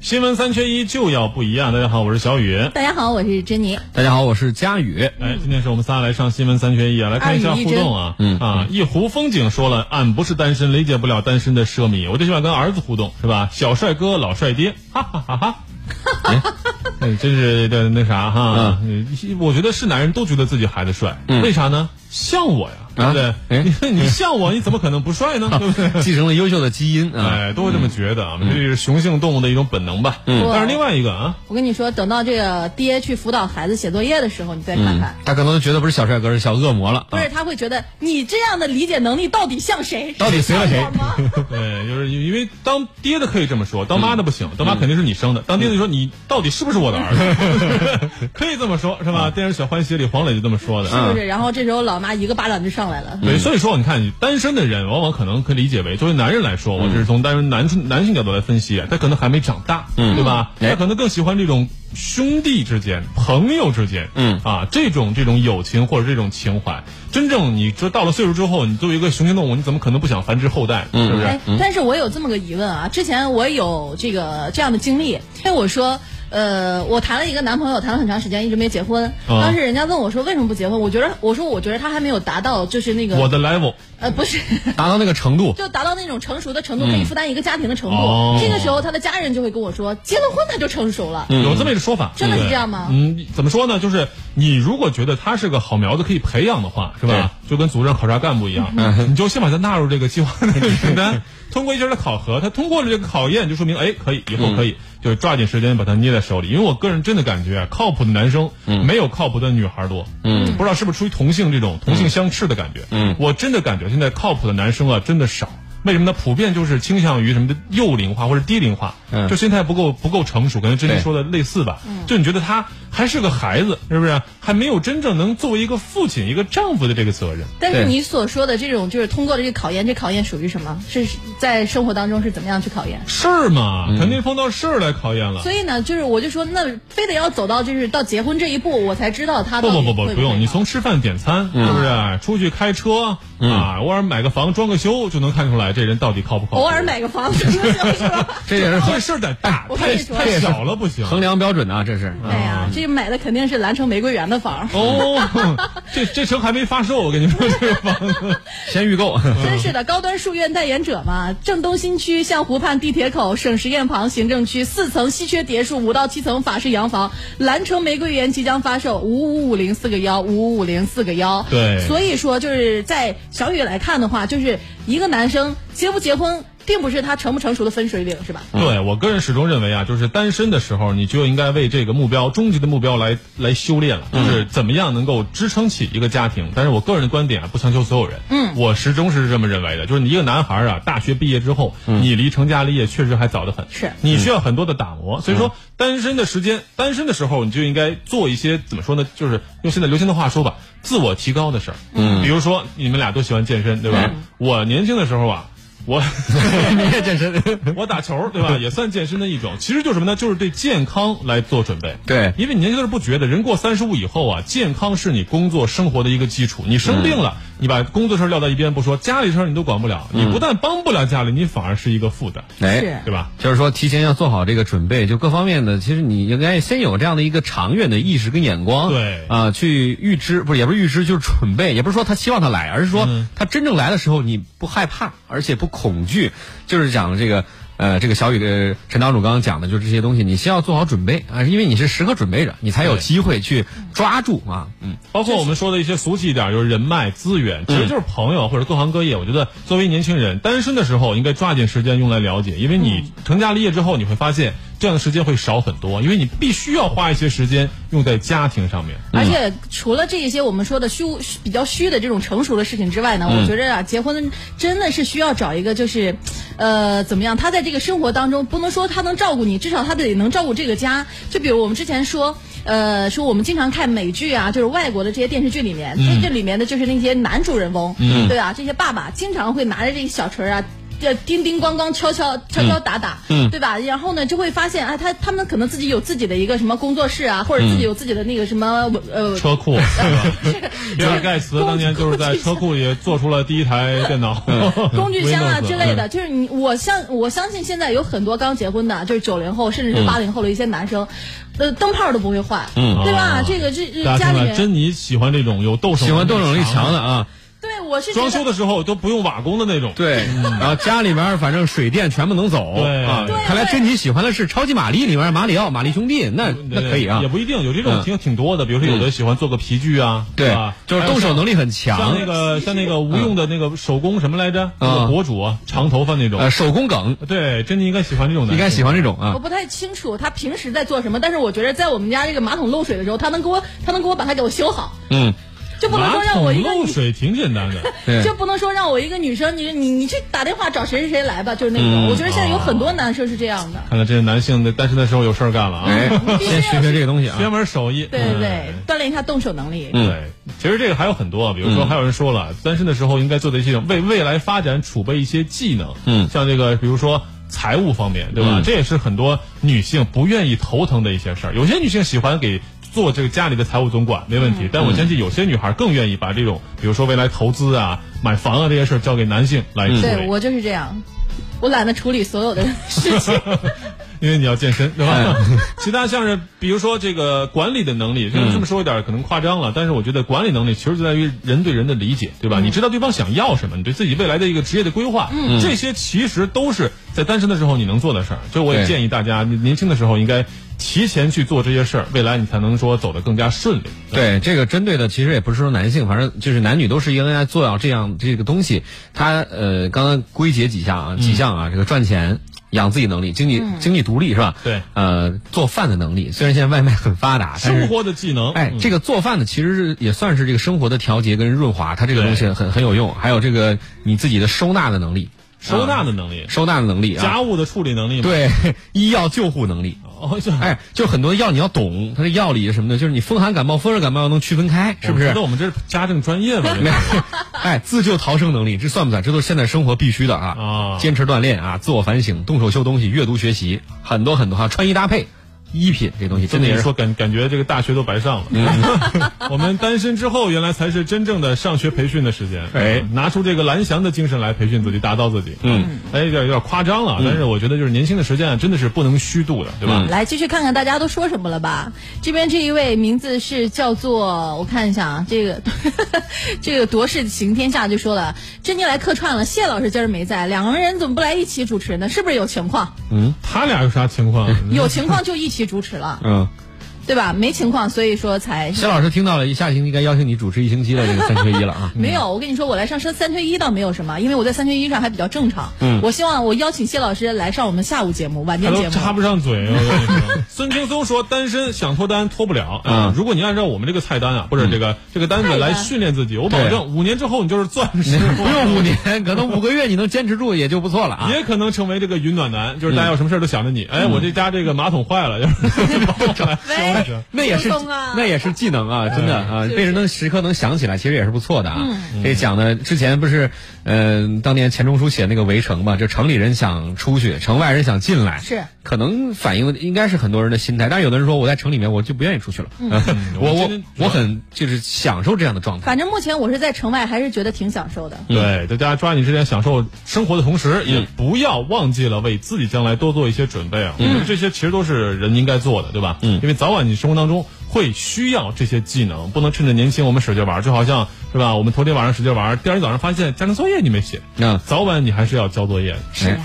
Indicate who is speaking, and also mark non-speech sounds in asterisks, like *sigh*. Speaker 1: 新闻三缺一就要不一样。大家好，我是小雨。
Speaker 2: 大家好，我是珍妮。
Speaker 3: 大家好，我是佳 *laughs* 宇。
Speaker 1: 哎，今天是我们仨来上新闻三缺一啊，来看一下互动啊。
Speaker 3: 嗯
Speaker 1: 啊，一湖风景说了，俺不是单身，理解不了单身的奢靡，我就喜欢跟儿子互动，是吧？小帅哥，老帅爹，哈哈哈哈。哎，真是的那啥哈，嗯我觉得是男人都觉得自己孩子帅，为啥呢？像我呀，对不对？
Speaker 3: 哎啊
Speaker 1: 你你像我，你怎么可能不帅呢？对不对？
Speaker 3: 继承了优秀的基因啊！
Speaker 1: 哎，都会这么觉得啊，这是雄性动物的一种本能吧。嗯但是另外一个啊，
Speaker 2: 我跟你说，等到这个爹去辅导孩子写作业的时候，你再
Speaker 1: 嗯
Speaker 2: 看
Speaker 1: 啊
Speaker 2: 看，
Speaker 3: 他可能觉得不是小帅哥，是小恶魔了。
Speaker 2: 不
Speaker 3: 啊
Speaker 2: 是他会觉得你这样的理解能力到底像谁？
Speaker 3: 到底随了谁
Speaker 2: 像我吗？
Speaker 1: *laughs*
Speaker 3: *laughs*
Speaker 1: 对，就是因为当爹的可以这么说，当妈的不
Speaker 3: 嗯
Speaker 1: 行，当妈肯定是你生的，当爹的就说你到底是不是我的儿子，
Speaker 3: *laughs*
Speaker 1: *laughs* 可以这么说，是
Speaker 3: 嗯
Speaker 1: 吧？电影《小欢喜》里黄磊就这么说的。
Speaker 2: 是不是？然后这时候老妈一个巴掌就上来了。
Speaker 3: 嗯
Speaker 1: 对，所以说你看，单身的人往往可能可以理解为，作为男人来说，
Speaker 3: 嗯
Speaker 1: 我这是从单男男性角度来分析，他可能还没长大，对吧？
Speaker 3: 哎
Speaker 1: 他可能更喜欢这种兄弟之间、朋友之间，
Speaker 3: 嗯
Speaker 1: 啊，这种这种友情或者这种情怀。真正你说到了岁数之后，你作为一个雄性动物，你怎么可能不想繁殖后代？
Speaker 3: 嗯
Speaker 1: 是嗯不是？
Speaker 2: 哎，但是我有这么个疑问啊，之前我有这个这样的经历，因为我说。呃，我谈了一个男朋友，谈了很长时间，一直没结婚。
Speaker 1: 啊
Speaker 2: 当时人家问我说为什么不结婚，我觉得我说我觉得他还没有达到就是那个
Speaker 1: 我的 level，
Speaker 2: 呃不是，
Speaker 3: 达到那个程度，
Speaker 2: 就达到那种成熟的程度，可以负担一个家庭的程度。
Speaker 1: 嗯哦
Speaker 2: 这个时候他的家人就会跟我说，结了婚他就成熟了。
Speaker 1: 有这么一个说法，
Speaker 2: 真的
Speaker 1: 对不
Speaker 2: 是
Speaker 1: 对
Speaker 2: 这样吗
Speaker 1: 嗯，怎么说呢？就是你如果觉得他是个好苗子，可以培养的话，是吧？就跟组织上考察干部一样，你就先把他纳入这个计划的名单， *laughs* 通过一轮的考核，他通过了这个考验，就说明哎可以，以后可以，就抓紧时间把他捏在手里。因为我个人真的感觉啊，靠谱的男生没有靠谱的女孩多，嗯，不知道是不是出于同性这种同性相斥的感觉，嗯，我真的感觉现在靠谱的男生啊真的少。为什么呢？普遍就是倾向于什么的幼龄化或者低龄化，
Speaker 3: 嗯
Speaker 1: 就心态不够不够成熟，跟之前
Speaker 3: 对
Speaker 1: 说的类似吧。
Speaker 2: 嗯
Speaker 1: 就你觉得他还是个孩子，是不是？还没有真正能作为一个父亲、一个丈夫的这个责任。
Speaker 2: 但是
Speaker 3: 对
Speaker 2: 你所说的这种就是通过了这个考验，这考验属于什么？是在生活当中是怎么样去考验？
Speaker 1: 事儿嘛，肯定碰到事儿来考验了。
Speaker 2: 所以呢，嗯就是我就说，那非得要走到就是到结婚这一步，我才知道他
Speaker 1: 不
Speaker 2: 到
Speaker 1: 不
Speaker 2: 底
Speaker 1: 不不，
Speaker 2: 会
Speaker 1: 不
Speaker 2: 会
Speaker 1: 用，你
Speaker 2: 好
Speaker 1: 从吃饭点餐，
Speaker 2: 嗯
Speaker 1: 是不是？出去开车啊，偶尔买个房装个修，就能看出来这人到底靠不靠谱。
Speaker 2: 偶尔买个房子就是
Speaker 1: *laughs*
Speaker 2: 吧？
Speaker 3: 这 *laughs* 也是衡
Speaker 1: 这事儿得大，
Speaker 2: 我
Speaker 1: 太
Speaker 2: 跟你说
Speaker 1: 太小了不行。
Speaker 3: 衡量标准啊，这是。
Speaker 2: 哎呀，这买的肯定是兰城玫瑰园的房，
Speaker 1: 哦，这这车还没发售，我跟你说这个房子。
Speaker 3: 先预购，
Speaker 2: 真是的，高端书院代言者嘛，郑东新区向湖畔地铁口省实验旁行政区四层稀缺别墅五到七层法式洋房，兰城玫瑰园即将发售五五五零四个幺五五五零四个幺。
Speaker 1: 对
Speaker 2: 所以说就是在小雨来看的话，就是一个男生结不结婚，并不是他成不成熟的分水岭，是吧？
Speaker 1: 对我个人始终认为啊，就是单身的时候，你就应该为这个目标、终极的目标来来修炼了，就是怎么样能够支撑起一个家庭。但是我个人的观点啊，不强求所有人，嗯，我始终是这么认为的，就是你一个男孩啊，大学毕业之后，你离成家立业确实还早得很，
Speaker 2: 是
Speaker 1: 你需要很多的打
Speaker 3: 嗯
Speaker 1: 磨。所以说，单身的时间，单身的时候，你就应该做一些怎么说呢？就是用现在流行的话说吧，自我提高的事儿。嗯，比如说你们俩都喜欢健身，对吧？我年轻的时候啊，我。
Speaker 3: 嗯 *laughs* 你也健身，
Speaker 1: *laughs*
Speaker 3: 嗯
Speaker 1: 我打球，对吧？也算健身的一种，其实就是什么呢？就是对健康来做准备。
Speaker 3: *laughs* 对
Speaker 1: 因为你年轻的时候不觉得，人过三十五以后啊，健康是你工作生活的一个基础。你生病了，
Speaker 3: 嗯
Speaker 1: 你把工作事儿撂在一边不说，家里事儿你都管不了，你不但帮不了家里，你反而是一个负担，
Speaker 2: 是
Speaker 3: 哎，
Speaker 1: 对吧？
Speaker 3: 就是说提前要做好这个准备，就各方面的，其实你应该先有这样的一个长远的意识跟眼光，
Speaker 1: 对
Speaker 3: 啊，去预知，不是也不是预知，就是准备，也不是说他希望他来，而是说他真正来的时候你不害怕，而且不恐惧，就是讲这个。呃，这个小雨的陈党主刚刚讲的，就是这些东西，你先要做好准备啊，因为你是时刻准备着，你才有
Speaker 1: 对
Speaker 3: 机会去抓住啊。嗯，
Speaker 1: 包括我们说的一些俗气一点，就是人脉资源，其实就是朋友或者各行各业。我觉得作为年轻人，单身的时候应该抓紧时间用来了解，因为
Speaker 3: 嗯
Speaker 1: 你成家立业之后，你会发现这样的时间会少很多，因为你必须要花一些时间用在家庭上
Speaker 3: *laughs*
Speaker 1: 面。
Speaker 2: 而且除了这一些我们说的虚比较虚的这种成熟的事情之外呢，我觉着啊，结婚真的是需要找一个就是，呃，怎么样？他在这个生活当中，不能说他能照顾你，至少他得能照顾这个家。就比如我们之前说，呃，说我们经常看美剧啊，就是外国的这些电视剧里面，这这里面的就是那些男主人翁，对啊，这些爸爸经常会拿着这个小锤儿啊。呃叮叮咣咣、敲
Speaker 1: 嗯
Speaker 2: 敲敲敲打打，对吧？然后呢，就会发现啊，他他们可能自己有自己的一个什么工作室啊，或者自己有自己的那个什么呃
Speaker 1: 嗯车库，是吧？比尔盖茨当年就是在车库里做出了第一台电脑，
Speaker 3: 嗯
Speaker 2: 工具箱啊
Speaker 1: 嗯 Windows
Speaker 2: 之类
Speaker 1: *laughs*
Speaker 2: 的，就是你我相我相信现在有很多刚结婚的，就是九零后甚
Speaker 1: 嗯
Speaker 2: 至是八零后的一些男生，呃，灯泡都不会换，对吧？
Speaker 1: 哦
Speaker 2: 这个这这
Speaker 1: 大家
Speaker 2: 家里
Speaker 1: 听了，
Speaker 2: 面，
Speaker 1: 珍妮喜欢这种有斗手，
Speaker 3: 喜欢动手力强的。啊，
Speaker 2: 对我是觉
Speaker 1: 装
Speaker 2: 得
Speaker 1: 修的时候都不用瓦工的那种，
Speaker 3: 对，然后家里面反正水电全部能走
Speaker 1: 嗯对
Speaker 3: 啊
Speaker 1: 对。
Speaker 3: 看来珍妮喜欢的是超级玛丽里面马里奥、玛丽兄弟，那那可以啊
Speaker 1: 也。不一定有这种
Speaker 3: 嗯
Speaker 1: 挺挺多的，比如说有的喜欢做个皮具啊，
Speaker 3: 对
Speaker 1: 吧？，
Speaker 3: 就是动手能啊力很
Speaker 1: 像
Speaker 3: 强
Speaker 1: 那，个像那个无用的那个手工什么来着？那个博主啊长头发那种
Speaker 3: 嗯呃，，手工梗
Speaker 1: 对，珍妮应该喜欢这种男
Speaker 3: 应
Speaker 1: 生，
Speaker 3: 该喜欢这种啊
Speaker 2: 我。不太清楚他平时在做什么，但是我觉得在我们家这个马桶漏水的时候，他能给我，他能给我把它给我修好，
Speaker 3: 嗯，
Speaker 2: 就不能
Speaker 1: 马
Speaker 2: 说
Speaker 1: 桶
Speaker 2: 让我一个
Speaker 1: 漏
Speaker 2: 女，
Speaker 1: 水挺简单的，
Speaker 3: 对
Speaker 2: 就不能说让我一个女生，你你你去打电话找谁谁谁来吧，就是那种。我觉得现在有很多男生是这样的，
Speaker 1: 看来这些男性的单身的时候有事儿干了啊，
Speaker 3: 哎，先学学这个东西啊
Speaker 1: 学。门手艺，
Speaker 2: 对对对
Speaker 1: 嗯，
Speaker 2: 锻炼一下动手能力。
Speaker 3: 嗯
Speaker 1: 对，其实这个还有很多，啊，比如说还有人说了，单身的时候应该做的一些为未来发展储备一些技能，
Speaker 3: 嗯
Speaker 1: 像这个比如说财务方面，对吧？
Speaker 3: 嗯
Speaker 1: 这也是很多女性不愿意头疼的一些事儿。有些女性喜欢给做这个家里的财务总管，没问
Speaker 3: 嗯
Speaker 1: 题，但我相信有些女孩更愿意把这种，比如说未来投资啊、买房啊这些事儿交给男性来处
Speaker 3: 嗯
Speaker 1: 理，
Speaker 2: 对我就是这样，我懒得处理所有的事情。
Speaker 1: *laughs* 因为你要健身，对
Speaker 3: 哎
Speaker 1: 吧？ *laughs* 其他像是比如说这个管理的能力，
Speaker 3: 嗯
Speaker 1: 这么说有点可能夸张了，但是我觉得管理能力其实就在于人对人的理解，
Speaker 3: 嗯
Speaker 1: 对吧？你知道对方想要什么，你对自己未来的一个职业的规划，这些其实都是在单身的时候你能做的事儿。所以我也
Speaker 3: 对
Speaker 1: 建议大家，你年轻的时候应该提前去做这些事儿，未来你才能说走得更加顺利。
Speaker 3: 对，这个针对的其实也不是说男性，反正就是男女都是应该做到这样这个东西。他呃，刚刚归结几项啊，
Speaker 1: 嗯
Speaker 3: 几项啊，这个赚钱、养自己能力、
Speaker 2: 嗯
Speaker 3: 经济经济独立是吧？
Speaker 1: 对
Speaker 3: 呃，做饭的能力，虽然现在外卖很发达，但是
Speaker 1: 生活的技能，
Speaker 3: 哎，
Speaker 1: 嗯
Speaker 3: 这个做饭呢，其实是也算是这个生活的调节跟润滑，它这个
Speaker 1: 对
Speaker 3: 东西很很有用。还有这个你自己的收纳的能力，啊
Speaker 1: 收纳的能力、
Speaker 3: 收纳的能力啊，
Speaker 1: 家务的处理能力嘛，
Speaker 3: 对，医药救护能力。
Speaker 1: 哦，这
Speaker 3: 哎，就很多药你要懂，它的药理什么的，就是你风寒感冒、风热感冒能区分开，是不
Speaker 1: 我
Speaker 3: 是
Speaker 1: 觉得？我们这是家政专业
Speaker 3: *laughs*
Speaker 1: 吧？这
Speaker 3: 没， *laughs* 哎，自救逃生能力，这算不算？这都是现在生活必须的啊！
Speaker 1: 啊
Speaker 3: 坚持锻炼啊，自我反省，动手修东西，阅读学习，很多很多哈、穿衣搭配，衣品这东西
Speaker 1: 这
Speaker 3: 真
Speaker 1: 么
Speaker 3: 的
Speaker 1: 一
Speaker 3: 也是嗯
Speaker 1: 说，感感觉这个大学都白上了。 *laughs* 我们单身之后，原来才是真正的上学培训的时间。呃
Speaker 3: 哎
Speaker 1: 拿出这个蓝翔的精神来培训自己，打造自己。嗯，哎，有点有点夸张了，但是
Speaker 3: 嗯
Speaker 1: 我觉得就是年轻的时间啊，真的是不能虚度的，对吧？
Speaker 2: 来，继续看看大家都说什么了吧。这边这一位名字是叫做，我看一下啊，这个这个夺世行天下就说了，珍妮来客串了，谢老师今儿没在，两个人怎么不来一起主持呢？是不是有情况？
Speaker 1: 他俩有啥情况？
Speaker 2: 有情况就一起主持了，
Speaker 3: 嗯。
Speaker 2: 对吧？没情况，所以说才。
Speaker 3: 谢老师听到了，下星期应该邀请你主持一星期的这个三缺一了啊
Speaker 2: *laughs* 没有，我跟你说，我来上三三缺一倒没有什么，因为我在三缺一上还比较正常。嗯，我希望我邀请谢老师来上我们下午节目、晚
Speaker 1: *laughs* 他
Speaker 2: 间
Speaker 1: 都
Speaker 2: 节目。
Speaker 1: 插不上嘴。啊我跟你
Speaker 3: *laughs*
Speaker 1: 说，孙青松说，单身想脱单脱不了。啊
Speaker 3: 嗯，
Speaker 1: 如果你按照我们这个菜单啊，不是这个这个单子
Speaker 2: 菜单
Speaker 1: 来训练自己，我保
Speaker 3: 对
Speaker 1: 证五年之后你就是钻
Speaker 3: *laughs*
Speaker 1: 石。
Speaker 3: 不用五年，可能五个月你能坚持住也就不错了啊。
Speaker 1: 也可能成为这个云暖男，就是大家有什么事儿都想着你。哎，我这家这个马桶坏了，要 *laughs* 是帮我来修一修
Speaker 2: 喂。
Speaker 3: 那也是
Speaker 2: 周公啊
Speaker 3: 那也是技能啊，真的啊，
Speaker 2: 是
Speaker 3: 被人能时刻能想起来，其实也是不错的啊。这讲的之前不是，嗯、当年钱钟书写那个《围城》嘛，就城里人想出去，城外人想进来，
Speaker 2: 是
Speaker 3: 可能反映的应该是很多人的心态。但是有的人说，我在城里面我就不愿意出去了， *laughs* 我
Speaker 1: 我
Speaker 3: 我
Speaker 1: 今天
Speaker 3: 我很就是享受这样的状态。
Speaker 2: 反正目前我是在城外，还是觉得挺享受的。
Speaker 1: 对，在大家抓紧时间享受生活的同时，也不要忘记了为自己将来多做一些准备啊！我觉得这些其实都是人应该做的，对吧？嗯，因为早晚你生活当中会需要这些技能，不能趁着年轻我们使劲玩儿，就好像是吧？我们头天晚上使劲玩儿，第二天早上发现家庭作业你没写，
Speaker 3: 嗯
Speaker 1: 早晚你还是要交作业的。
Speaker 3: 哎
Speaker 2: 哎是呀、